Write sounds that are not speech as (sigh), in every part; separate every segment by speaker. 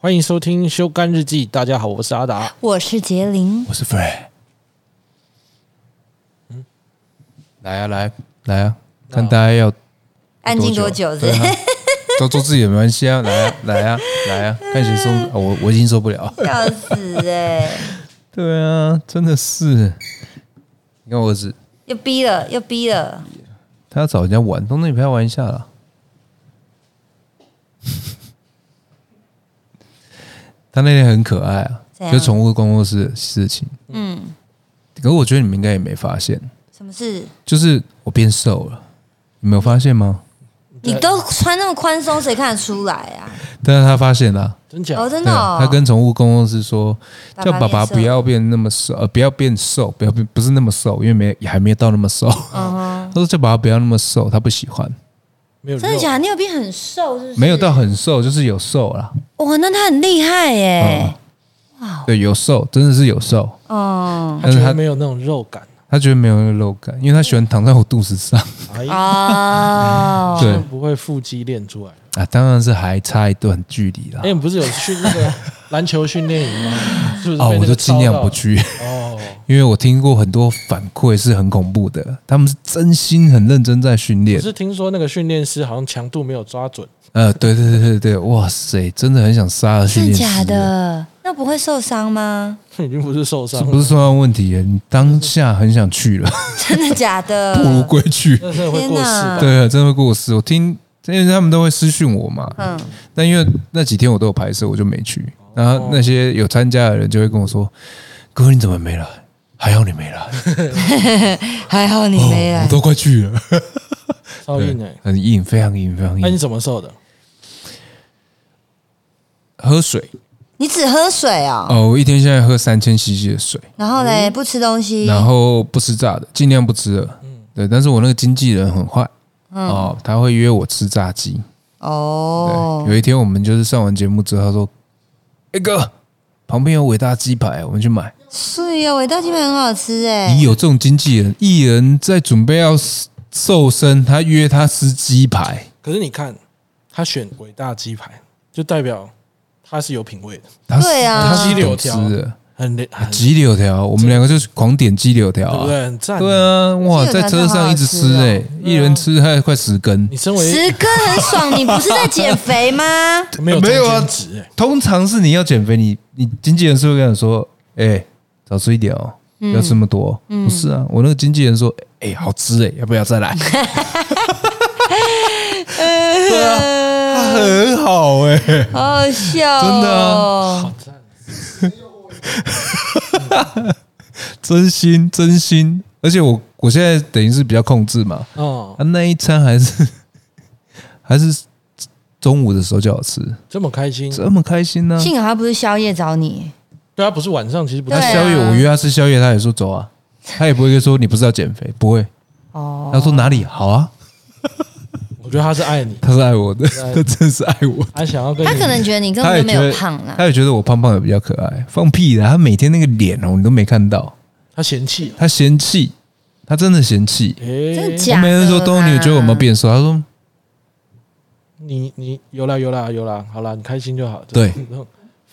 Speaker 1: 欢迎收听《修干日记》，大家好，我是阿达。
Speaker 2: 我是杰林，
Speaker 3: 我是 Fred。嗯，来啊，来来啊，看大家要
Speaker 2: 安静多久子？ (laughs)
Speaker 3: 对啊都做自己也没关系啊，来啊，来啊，来啊，看谁受、 (laughs) 啊我我已经受不了。
Speaker 2: 笑死哎、
Speaker 3: 对啊，真的是，你看我儿子，
Speaker 2: 又逼了，又逼了，
Speaker 3: 他要找人家玩，东东你陪他玩一下啦。 (laughs) 他那天很可爱啊
Speaker 2: 怎，样
Speaker 3: 就宠物工作室的事情。嗯，可是我觉得你们应该也没发现，
Speaker 2: 什么事？
Speaker 3: 就是我变瘦了，你没有发现吗？
Speaker 2: 你都穿那么宽松，谁看得出来啊？
Speaker 3: 但是他发现了、
Speaker 1: 真假？
Speaker 2: 哦，真的、
Speaker 3: 对啊
Speaker 2: 哦，
Speaker 3: 他跟宠物公公司说，
Speaker 2: 爸爸
Speaker 3: 叫爸
Speaker 2: 变
Speaker 3: 爸
Speaker 2: 瘦
Speaker 3: 不要变那么瘦，呃，不要变瘦，不要变不是那么瘦，因为没也还没有到那么瘦。
Speaker 2: 嗯
Speaker 3: 他说叫爸爸不要那么瘦，他不喜欢，
Speaker 1: 没有肉
Speaker 2: 真的假的？你有变很瘦是不是？
Speaker 3: 没有到很瘦，就是有瘦啦。
Speaker 2: 哇，那他很厉害耶、
Speaker 3: 对，有瘦，真的是有瘦。
Speaker 2: 哦
Speaker 1: 他
Speaker 3: 但
Speaker 1: 觉得
Speaker 3: 是嗯他
Speaker 1: 没有那种肉感。
Speaker 3: 他觉得没有那个肉感，因为他喜欢躺在我肚子上
Speaker 1: 哎，
Speaker 3: (laughs)
Speaker 2: 哦，
Speaker 3: 对
Speaker 1: 不会腹肌练出来。
Speaker 3: 啊，当然是还差一段距离啦
Speaker 1: 哎、。你不是有去那个篮球训练营
Speaker 3: (laughs)
Speaker 1: 吗？是不是？
Speaker 3: 哦，我就尽量不。去， (laughs)
Speaker 1: 哦，
Speaker 3: 因为我听过很多反馈是很恐怖的，他们是真心很认真在训练
Speaker 1: 只。是听说那个训练师好像强度没有抓准， (laughs)
Speaker 3: 呃，对对对对对，哇塞，真的很想杀了训
Speaker 2: 啊真的
Speaker 3: 练师。
Speaker 2: 假的？那不会受伤吗？ (laughs)
Speaker 1: 已经不是受
Speaker 3: 这
Speaker 1: 伤
Speaker 3: 不
Speaker 1: 了，
Speaker 3: 是重要问题耶，你当下很想去了，
Speaker 2: 真的假的？
Speaker 3: 不如归去。
Speaker 2: 嗯
Speaker 1: 那真的会过世吧？
Speaker 3: 对啊，真的会过世。我听，因为他们都会私讯我嘛。
Speaker 2: 嗯，
Speaker 3: 但因为那几天我都有拍摄，我就没去。然后那些有参加的人就会跟我说：“哥，你怎么没来？还好你没来，
Speaker 2: 还好你没
Speaker 3: 哦
Speaker 2: 来
Speaker 3: 我。都快去了。
Speaker 1: 超硬哎、
Speaker 3: 很硬，非常硬，非常
Speaker 1: 那、你
Speaker 3: 硬。
Speaker 1: 怎么瘦的？
Speaker 3: 喝水
Speaker 2: 你只喝水哦，
Speaker 3: 哦，我一天现在喝三千 CC 的水，
Speaker 2: 然后嘞不吃东西，
Speaker 3: 然后不吃炸的，尽量不吃了。
Speaker 2: 嗯
Speaker 3: 对，但是我那个经纪人很坏哦，他会约我吃炸鸡。
Speaker 2: 哦
Speaker 3: 对，，有一天我们就是上完节目之后，他说：“哎、哥，旁边有伟大鸡排，我们去买。
Speaker 2: 是呀，伟大鸡排很好吃哎
Speaker 3: 你。有这种经纪人，艺人在准备要瘦身，他约他吃鸡排，
Speaker 1: 可是你看，他选伟大鸡排，就代表他是有品味的，
Speaker 3: 他是
Speaker 2: 对啊
Speaker 3: 他是
Speaker 1: 鸡柳
Speaker 3: 懂
Speaker 1: 条
Speaker 3: 吃的
Speaker 1: 很很
Speaker 3: 鸡柳条，我们两个就是狂点鸡柳条
Speaker 1: 对不
Speaker 3: 啊。
Speaker 1: 对？很赞。
Speaker 3: 对，啊，哇，
Speaker 2: 鸡柳条
Speaker 3: 在车上一直吃
Speaker 2: 真的好好吃哦
Speaker 3: 哎、一人吃还快十根
Speaker 1: 你。身
Speaker 2: 十
Speaker 1: 为
Speaker 2: 哥很爽，你不是在减肥
Speaker 3: (laughs)
Speaker 2: 吗？
Speaker 1: 没有
Speaker 3: 没有啊
Speaker 1: 中间值哎，
Speaker 3: 通常是你要减肥，你你经纪人是会跟你说，哎、少吃一点哦，
Speaker 2: 嗯
Speaker 3: 不要吃那么多哦。不是啊，我那个经纪人说，哎、好吃哎、要不要
Speaker 2: (laughs)
Speaker 3: 再来？
Speaker 1: 对啊，
Speaker 3: 很好哎、
Speaker 2: (laughs) 好好笑、
Speaker 3: 真的啊
Speaker 2: 哦，
Speaker 3: 真心真心，而且我我现在等于是比较控制嘛，
Speaker 1: 哦，
Speaker 3: 啊那一餐还是 (laughs) 还是中午的时候叫我吃，
Speaker 1: 这么开心，
Speaker 3: 这么开心呢、
Speaker 2: 幸好他不是宵夜找你，
Speaker 1: 对啊，不是晚上，其实不
Speaker 3: 那
Speaker 1: 太
Speaker 2: 对啊
Speaker 3: 宵夜我约他吃宵夜，他也说走啊，他也不会说你不是要减肥，不会，
Speaker 2: 哦，
Speaker 3: 他说哪里好啊，
Speaker 1: 我觉得他是爱你，
Speaker 3: 他是爱我的，
Speaker 1: 爱
Speaker 3: 他真是爱我的。
Speaker 1: 他想要跟你
Speaker 2: 他可能觉得你根
Speaker 3: 他
Speaker 2: 本
Speaker 3: 也
Speaker 2: 就没
Speaker 3: 觉得
Speaker 2: 有胖啊啦，
Speaker 3: 他也觉得我胖胖的比较可爱，放屁啦！他每天那个脸哦，你都没看到，
Speaker 1: 他嫌弃了，
Speaker 3: 他嫌弃，他真的嫌弃。
Speaker 2: 真
Speaker 1: 哎
Speaker 2: 的，假
Speaker 3: 我
Speaker 2: 的？
Speaker 3: 每天说东东，你觉得我有没有？变瘦？他说
Speaker 1: 你你有啦有啦有啦，好啦，你开心就好。
Speaker 3: 对
Speaker 1: 这种，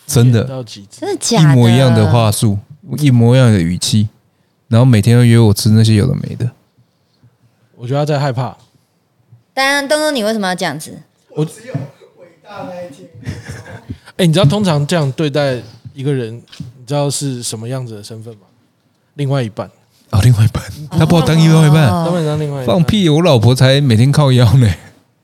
Speaker 3: 真的
Speaker 1: 这种到极致
Speaker 2: 真的假
Speaker 3: 一
Speaker 2: 的？
Speaker 3: 模一样的，话术，一模一样的语气，然后每天都约我吃那些有的没的。
Speaker 1: 我觉得他在害怕，
Speaker 2: 当然，东东，你为什么要这样子？
Speaker 1: 哎，你知道通常这样对待一个人，你知道是什么样子的身份吗？另外一半，
Speaker 3: 哦，另外一半，他把我当另外一半，
Speaker 2: 哦
Speaker 1: 当然当另外一半
Speaker 3: 放，屁！我老婆才每天靠腰 (laughs) 呢。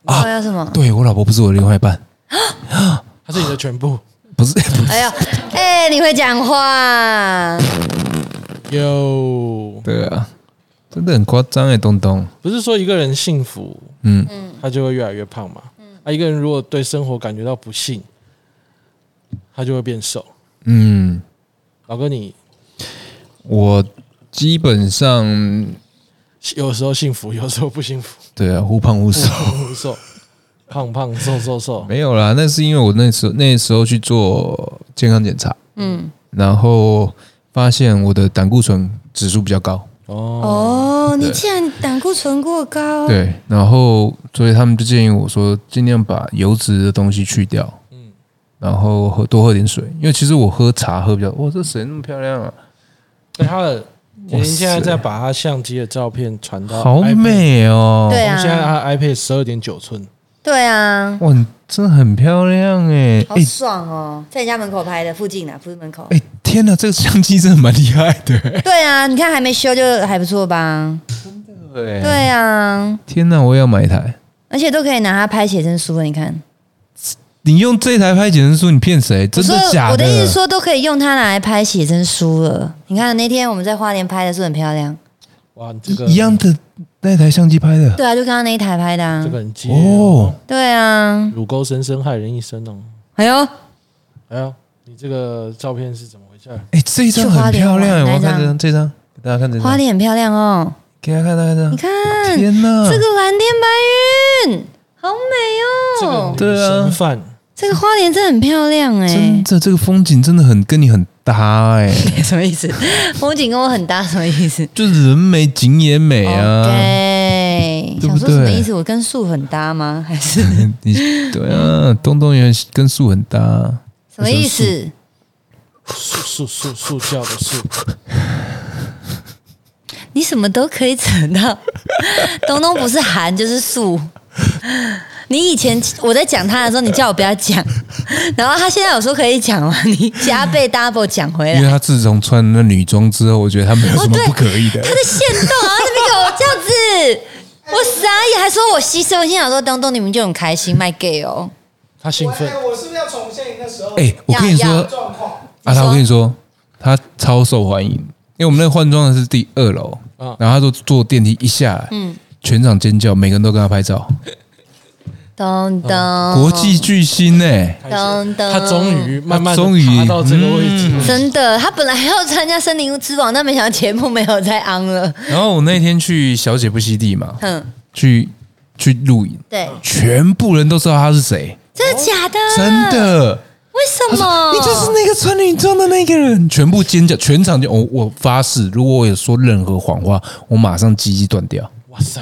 Speaker 2: 啊，要什么？
Speaker 3: 对我老婆不是我的另外一半，
Speaker 1: 他是你的全部。
Speaker 3: 不是
Speaker 2: 哎呦，哎，你会讲话，
Speaker 1: 有，
Speaker 3: (laughs) 对啊，真的很夸张哎，东东。
Speaker 1: 不是说一个人幸福，
Speaker 3: 嗯，
Speaker 1: 他就会越来越胖嘛。啊，一个人如果对生活感觉到不幸，他就会变瘦。
Speaker 3: 嗯，
Speaker 1: 老哥，你
Speaker 3: 我基本上
Speaker 1: 有时候幸福， (laughs) 有时候不幸福，
Speaker 3: 对啊，忽胖忽瘦。
Speaker 1: 不瘦，胖胖瘦瘦瘦，
Speaker 3: 哦没有啦，那是因为我那时候那时候去做健康检查，
Speaker 2: 嗯，
Speaker 3: 然后发现我的胆固醇指数比较高，
Speaker 1: 哦，
Speaker 2: 哦，你竟然胆固醇过高，，
Speaker 3: 对，然后所以他们就建议我说，尽量把油脂的东西去掉，嗯，然后喝多喝点水，因为其实我喝茶喝比较，哇，这水那么漂亮啊，
Speaker 1: 那哎他的，
Speaker 3: 哇
Speaker 1: 您
Speaker 3: 塞
Speaker 1: 现在在把他相机的照片传到
Speaker 3: 好
Speaker 1: iPad，
Speaker 3: 美哦，哎
Speaker 2: 对
Speaker 1: 我
Speaker 2: 啊
Speaker 1: 们现在他 iPad 十二点九寸，
Speaker 2: 对啊，
Speaker 3: 哇，真的很漂亮哎，
Speaker 2: 好
Speaker 3: 哎
Speaker 2: 爽哦，在你家门口拍的，附近啊，不是门口。
Speaker 3: 哎，天哪，这个相机真的蛮厉害的，
Speaker 2: 对啊，你看还没修就还不错吧？
Speaker 3: 对
Speaker 2: 对啊，
Speaker 3: 天哪，我也要买一台。
Speaker 2: 而且都可以拿它拍写真书了。你看，
Speaker 3: 你用这台拍写真书，你骗谁？真的
Speaker 2: 我说
Speaker 3: 假
Speaker 2: 我的意思说都可以用它拿来拍写真书了。你看那天我们在花莲拍的是很漂亮，
Speaker 1: 哇，你这个
Speaker 3: 一样的那台相机拍的
Speaker 2: 对啊，就刚刚那一台拍的啊
Speaker 1: 这，个很接
Speaker 3: 哦
Speaker 1: 哦，，
Speaker 2: 对啊，
Speaker 1: 乳沟深深害人一生哦。
Speaker 2: 哎呦，
Speaker 1: 哎呀，你这个照片是怎么回事？
Speaker 3: 哎，这一张很漂亮，
Speaker 2: 去花莲玩
Speaker 3: 我要
Speaker 2: 哪一
Speaker 3: 看这张，这张给大家看这
Speaker 2: 花
Speaker 3: 张，
Speaker 2: 莲很漂亮哦，
Speaker 3: 给大家看大家这
Speaker 2: 你
Speaker 3: 张，
Speaker 2: 看
Speaker 3: 天哪，
Speaker 2: 这个蓝天白云，好美
Speaker 1: 这
Speaker 2: 哦
Speaker 1: 个，
Speaker 3: 对啊
Speaker 1: 女神犯，
Speaker 2: 这个花莲真的很漂亮哎
Speaker 3: 真。的这个风景真的很跟你很搭
Speaker 2: (laughs)
Speaker 3: 哎，
Speaker 2: 什么意思？风景跟我很搭，什么意思？
Speaker 3: 就是人美景也美啊，
Speaker 2: 哦对，
Speaker 3: 对不
Speaker 2: 想说什么
Speaker 3: 对
Speaker 2: 意思？我跟树很搭吗？还是
Speaker 3: 你对啊，东东也很跟树很搭，
Speaker 2: 什么意思？
Speaker 1: 塑塑塑塑胶的塑，
Speaker 2: 你什么都可以扯到，东东不是寒就是素。你以前我在讲他的时候，你叫我不要讲，然后他现在有说可以讲了，你加倍 double 讲回
Speaker 3: 因
Speaker 2: 来
Speaker 3: 为。他自从穿那女装之后，我觉得他没有什么
Speaker 2: 哎哦对
Speaker 3: 不可以的
Speaker 2: 他，的线动，然后那边给我这样子，我傻眼，还说我牺牲。我心想说，东东你们就很开心卖 gay 哦，
Speaker 1: 他兴
Speaker 4: 我
Speaker 1: 奋
Speaker 4: 哎，，我是不是要重现你那时候
Speaker 3: 哎，我跟你
Speaker 2: 要
Speaker 3: 说
Speaker 4: 的。状况？
Speaker 3: 啊，
Speaker 2: 你
Speaker 3: 他
Speaker 2: 说
Speaker 3: 我跟你说，他超受欢迎，因为我们那个换装的是第二楼，
Speaker 1: 嗯
Speaker 3: 然后他就坐电梯一下来，
Speaker 2: 嗯
Speaker 3: 全场尖叫，每个人都跟他拍照，
Speaker 2: 东东、
Speaker 3: 哦国际巨星呢、欸
Speaker 1: 开
Speaker 2: 噔
Speaker 1: 心。
Speaker 2: 噔
Speaker 1: 他终于慢慢地
Speaker 3: 终于嗯
Speaker 1: 爬到这个位置，
Speaker 2: (laughs) 真的，他本来要参加森林之王，但没想到节目没有再 on 了。 (laughs)
Speaker 3: 然后我那天去小姐不吸地嘛，
Speaker 2: 嗯，
Speaker 3: 去去录影，
Speaker 2: 对，
Speaker 3: 全部人都知道他是谁，
Speaker 2: 真的假的？
Speaker 3: 真？的。
Speaker 2: 为什么？
Speaker 3: 你就是那个穿女装的那个人，全部尖叫，全场就我我发誓，如果我有说任何谎话，我马上鸡鸡断
Speaker 2: 嗯
Speaker 3: 掉。
Speaker 1: 哇塞！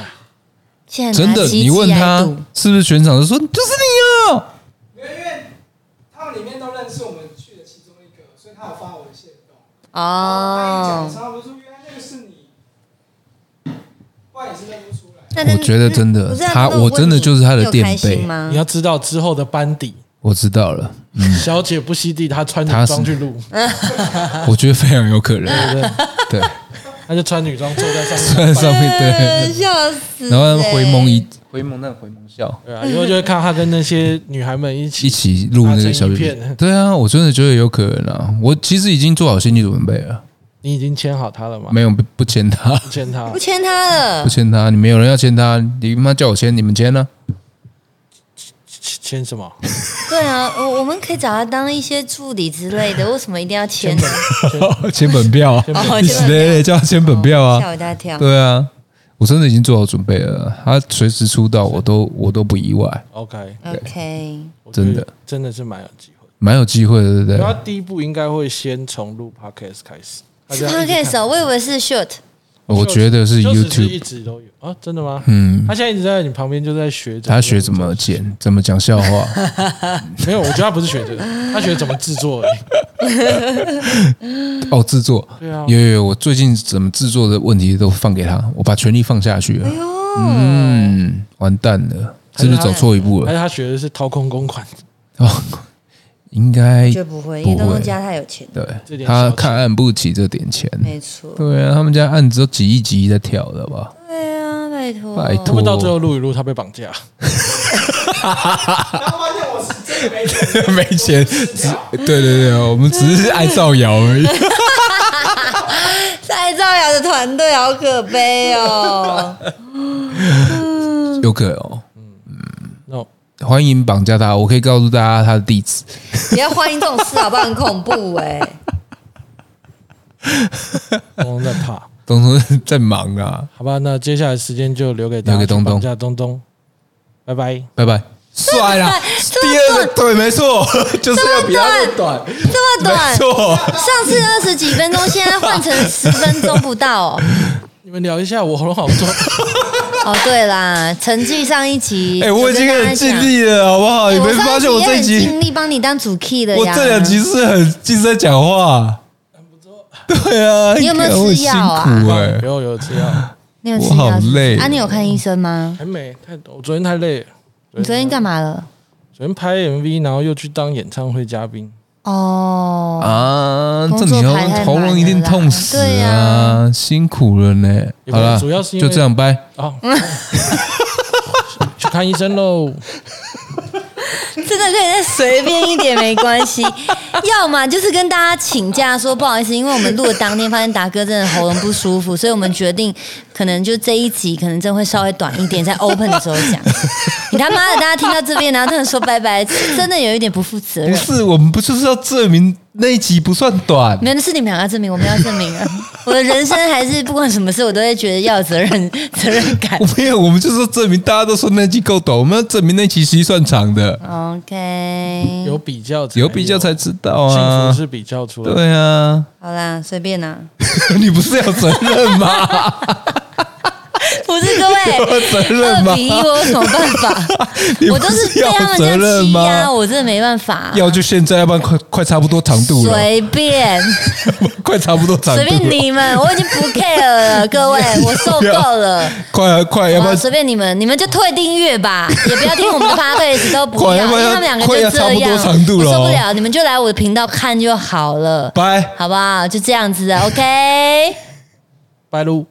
Speaker 2: 现在
Speaker 3: 真
Speaker 2: 拿
Speaker 3: 的，
Speaker 2: 机器
Speaker 3: 你问
Speaker 2: 来
Speaker 3: 他
Speaker 2: 赌
Speaker 3: 是不是全场都说就是你哦、
Speaker 4: 因为因为他们里面都认识我们去的其中一个，所以他有发我的线动。他一讲的
Speaker 2: 哦
Speaker 4: 时，候，我说原来那个是你，不然也是认不出来。
Speaker 2: 那
Speaker 3: 我觉得真的
Speaker 2: 不是啊
Speaker 3: 他
Speaker 2: 那
Speaker 3: 我
Speaker 2: 问
Speaker 3: 真的
Speaker 2: 你
Speaker 3: 就是他的
Speaker 2: 你有
Speaker 3: 垫
Speaker 2: 开心
Speaker 3: 背
Speaker 2: 吗
Speaker 1: 你？要知道之后的班底，
Speaker 3: 我知道了，
Speaker 1: 小姐不惜地，她穿女
Speaker 3: 她是
Speaker 1: 装去录，
Speaker 3: (laughs) 我觉得非常有可能。对，
Speaker 1: 她就穿女装坐在上
Speaker 3: (laughs)
Speaker 1: 面。
Speaker 3: 在上面
Speaker 2: 呃笑死
Speaker 3: 对，
Speaker 2: 欸！
Speaker 3: 然后回眸一回眸那个回眸笑，
Speaker 1: 对啊，以后就会看她跟那些女孩们一
Speaker 3: 一
Speaker 1: 起。
Speaker 3: 起录那个小
Speaker 1: 搭成一
Speaker 3: B
Speaker 1: 片
Speaker 3: 对啊，我真的觉得有可能啊。我其实已经做好心理准备了，
Speaker 1: 你已经签好她了吗？
Speaker 3: 没有不不签他，
Speaker 1: 不签她
Speaker 2: 不，签他
Speaker 3: 不 (laughs)
Speaker 2: 了，
Speaker 3: 签他，你们有人要签他，你妈叫我签，你们签啊呢、
Speaker 1: 签签什么？
Speaker 2: 对啊，我我们可以找他当一些助理之类的，为什么一定要签？
Speaker 3: (laughs) 啊？签本票啊，
Speaker 2: 哦
Speaker 3: 一起累累叫他签本票啊。
Speaker 2: 吓我一大跳。
Speaker 3: 对啊，我真的已经做好准备了，他随时出道，我都我都不意外，
Speaker 1: OK，
Speaker 2: OK，
Speaker 1: 我觉得
Speaker 3: 真的
Speaker 1: 真的是蛮有机会。
Speaker 3: 蛮有机会的，对不对？啊
Speaker 1: 他第一步应该会先从录 Podcast 开始，她
Speaker 2: 是
Speaker 1: 这样一直看
Speaker 2: podcast 哦，我以为是 shoot。
Speaker 3: 我觉得是
Speaker 1: 就只是
Speaker 3: YouTube，
Speaker 1: 一直都有啊，真的吗？
Speaker 3: 嗯，
Speaker 1: 他现在一直在你旁边，就在学
Speaker 3: 他学怎么剪，怎么讲笑话，
Speaker 1: 没有，我觉得他不是学这
Speaker 3: (laughs)
Speaker 1: 个，他学怎么制作而已。
Speaker 3: 哦，制作，
Speaker 1: 对啊，
Speaker 3: 有有有，我最近怎么制作的问题都放给他，我把权力放下去了，嗯，完蛋了，是不是走错一步
Speaker 1: 而
Speaker 3: 了？
Speaker 1: 且他学的是掏空公款，
Speaker 3: 哦，应该
Speaker 2: 绝不会，因为
Speaker 3: 不会
Speaker 2: 东东家太有钱，
Speaker 1: 这
Speaker 3: 对，
Speaker 1: 点
Speaker 3: 他
Speaker 1: 小钱
Speaker 3: 看案不起这点钱，
Speaker 2: 没错。
Speaker 3: 对啊，他们家案子都几亿几亿在跳的好不好？
Speaker 2: 对啊，拜托，
Speaker 3: 拜
Speaker 1: 他
Speaker 3: 托
Speaker 1: 们到最后录一录，他被绑架。
Speaker 4: 然后发现我是真的没
Speaker 3: (laughs)
Speaker 4: 钱，
Speaker 3: 没钱， (laughs) 只对对对，我们只是爱造谣而已。
Speaker 2: 蔡兆雅的团队好可悲哦。
Speaker 3: (laughs) 有可能哦，
Speaker 1: 那我
Speaker 3: 欢迎绑架他，我可以告诉大家他的地址。
Speaker 2: 不要欢迎这种事，好不好？很恐怖哎、
Speaker 1: 东东在怕，
Speaker 3: 东东在忙啊，
Speaker 1: 哦好吧？那接下来时间就留给大家
Speaker 3: 留给东东
Speaker 1: 去绑架东东，拜拜。
Speaker 3: 拜拜。帅啦，第二个对，没错， (laughs) 就是要比他的短，
Speaker 2: 这么短 (laughs)
Speaker 3: 没，错。
Speaker 2: 上次二十几分钟，现在换成十分钟不到哦。
Speaker 3: (laughs)
Speaker 1: 你们聊一下，我喉咙好痛。
Speaker 2: 哦，对啦，成绩上一集，
Speaker 3: 哎，我已经很尽力了，好不好？
Speaker 2: 哎。
Speaker 3: 你
Speaker 2: 我
Speaker 3: 没
Speaker 2: 上
Speaker 3: 发现我这一
Speaker 2: 一集也很尽
Speaker 3: 集，
Speaker 2: 力啊帮你当主 key 的
Speaker 3: 我
Speaker 2: 呀？
Speaker 3: 这两集是很尽在讲话，很不错。对啊，
Speaker 2: 你有没有
Speaker 3: 看我
Speaker 2: 吃药啊
Speaker 3: 很辛苦哎
Speaker 1: 有有吃药，
Speaker 2: 你有吃
Speaker 3: 我好
Speaker 2: 药是不是
Speaker 3: 累
Speaker 2: 啊？你有看医生吗？
Speaker 1: 还没太，我昨天太累了。
Speaker 2: 你昨天干嘛了？
Speaker 1: 昨天拍 MV，然后又去当演唱会嘉宾，
Speaker 2: 哦，
Speaker 3: 啊，
Speaker 2: 工
Speaker 3: 这
Speaker 2: 作
Speaker 3: 你
Speaker 2: 排太
Speaker 3: 喉喉咙一定痛死
Speaker 2: 满了啦对
Speaker 3: 啊
Speaker 2: 啊，
Speaker 3: 辛苦了呢。
Speaker 1: 也不
Speaker 3: 好
Speaker 1: 是
Speaker 3: 了，
Speaker 1: 主要是因
Speaker 3: 就
Speaker 1: 为
Speaker 3: 这样掰。 (laughs)
Speaker 1: 啊，去看医生喽。
Speaker 2: 真的可以再随便一点没关 (laughs) 系，要么就是跟大家请假说不好意思，因为我们录的当天发现达哥真的喉咙不舒服，所以我们决定可能就这一集可能真的会稍微短一点，在 open 的时候 (laughs) 讲。你他妈的，大家听到这边，然后真的说拜拜，真的有一点不负责
Speaker 3: 不
Speaker 2: 任。
Speaker 3: 是，我们不就是要证明那一集不算短？
Speaker 2: 没有，那是你们两个证明，我们要证明 (laughs) 啊！我的人生还是不管什么事，我都会觉得要有责任 (laughs) 责任感
Speaker 3: 我。没有，我们就是要证明大家都说那集够短，我们要证明那集其实算长的，
Speaker 2: OK，
Speaker 1: 有比较，
Speaker 3: 有比较才知道
Speaker 1: 幸福
Speaker 3: 啊。
Speaker 1: 是比较出来的。
Speaker 3: 对啊， (laughs)
Speaker 2: 好啦，随便啦、
Speaker 3: 你不是要承认吗？
Speaker 2: 不是各位，
Speaker 3: 要责任吗
Speaker 2: 二比一，我有什么办法？
Speaker 3: 你
Speaker 2: 我
Speaker 3: 不
Speaker 2: 都是被
Speaker 3: 要
Speaker 2: 他们这
Speaker 3: 责
Speaker 2: 样
Speaker 3: 任
Speaker 2: 欺压，
Speaker 3: 吗？
Speaker 2: 我真的没办法。
Speaker 3: 要就现在，要不然快快差不多长度了，
Speaker 2: 随便
Speaker 3: (laughs) 快差不多长度
Speaker 2: 随
Speaker 3: 了，
Speaker 2: 便你们，我已经不 care 了，各
Speaker 3: (laughs)
Speaker 2: 位，我受够了。
Speaker 3: 快啊快，要不
Speaker 2: 好，
Speaker 3: 然
Speaker 2: 随便你们，你们就退订阅吧，也不要听我们的 podcast，都不
Speaker 3: 快
Speaker 2: 要，
Speaker 3: 要
Speaker 2: 因
Speaker 3: 不要
Speaker 2: 为他们两个就
Speaker 3: 快要差
Speaker 2: 这
Speaker 3: 不多
Speaker 2: 样，
Speaker 3: 长度
Speaker 2: 我
Speaker 3: 了哦
Speaker 2: 受不了，你们就来我的频道看就好了，
Speaker 3: 拜。
Speaker 2: 好不好？就这样子，OK。
Speaker 1: 拜喽。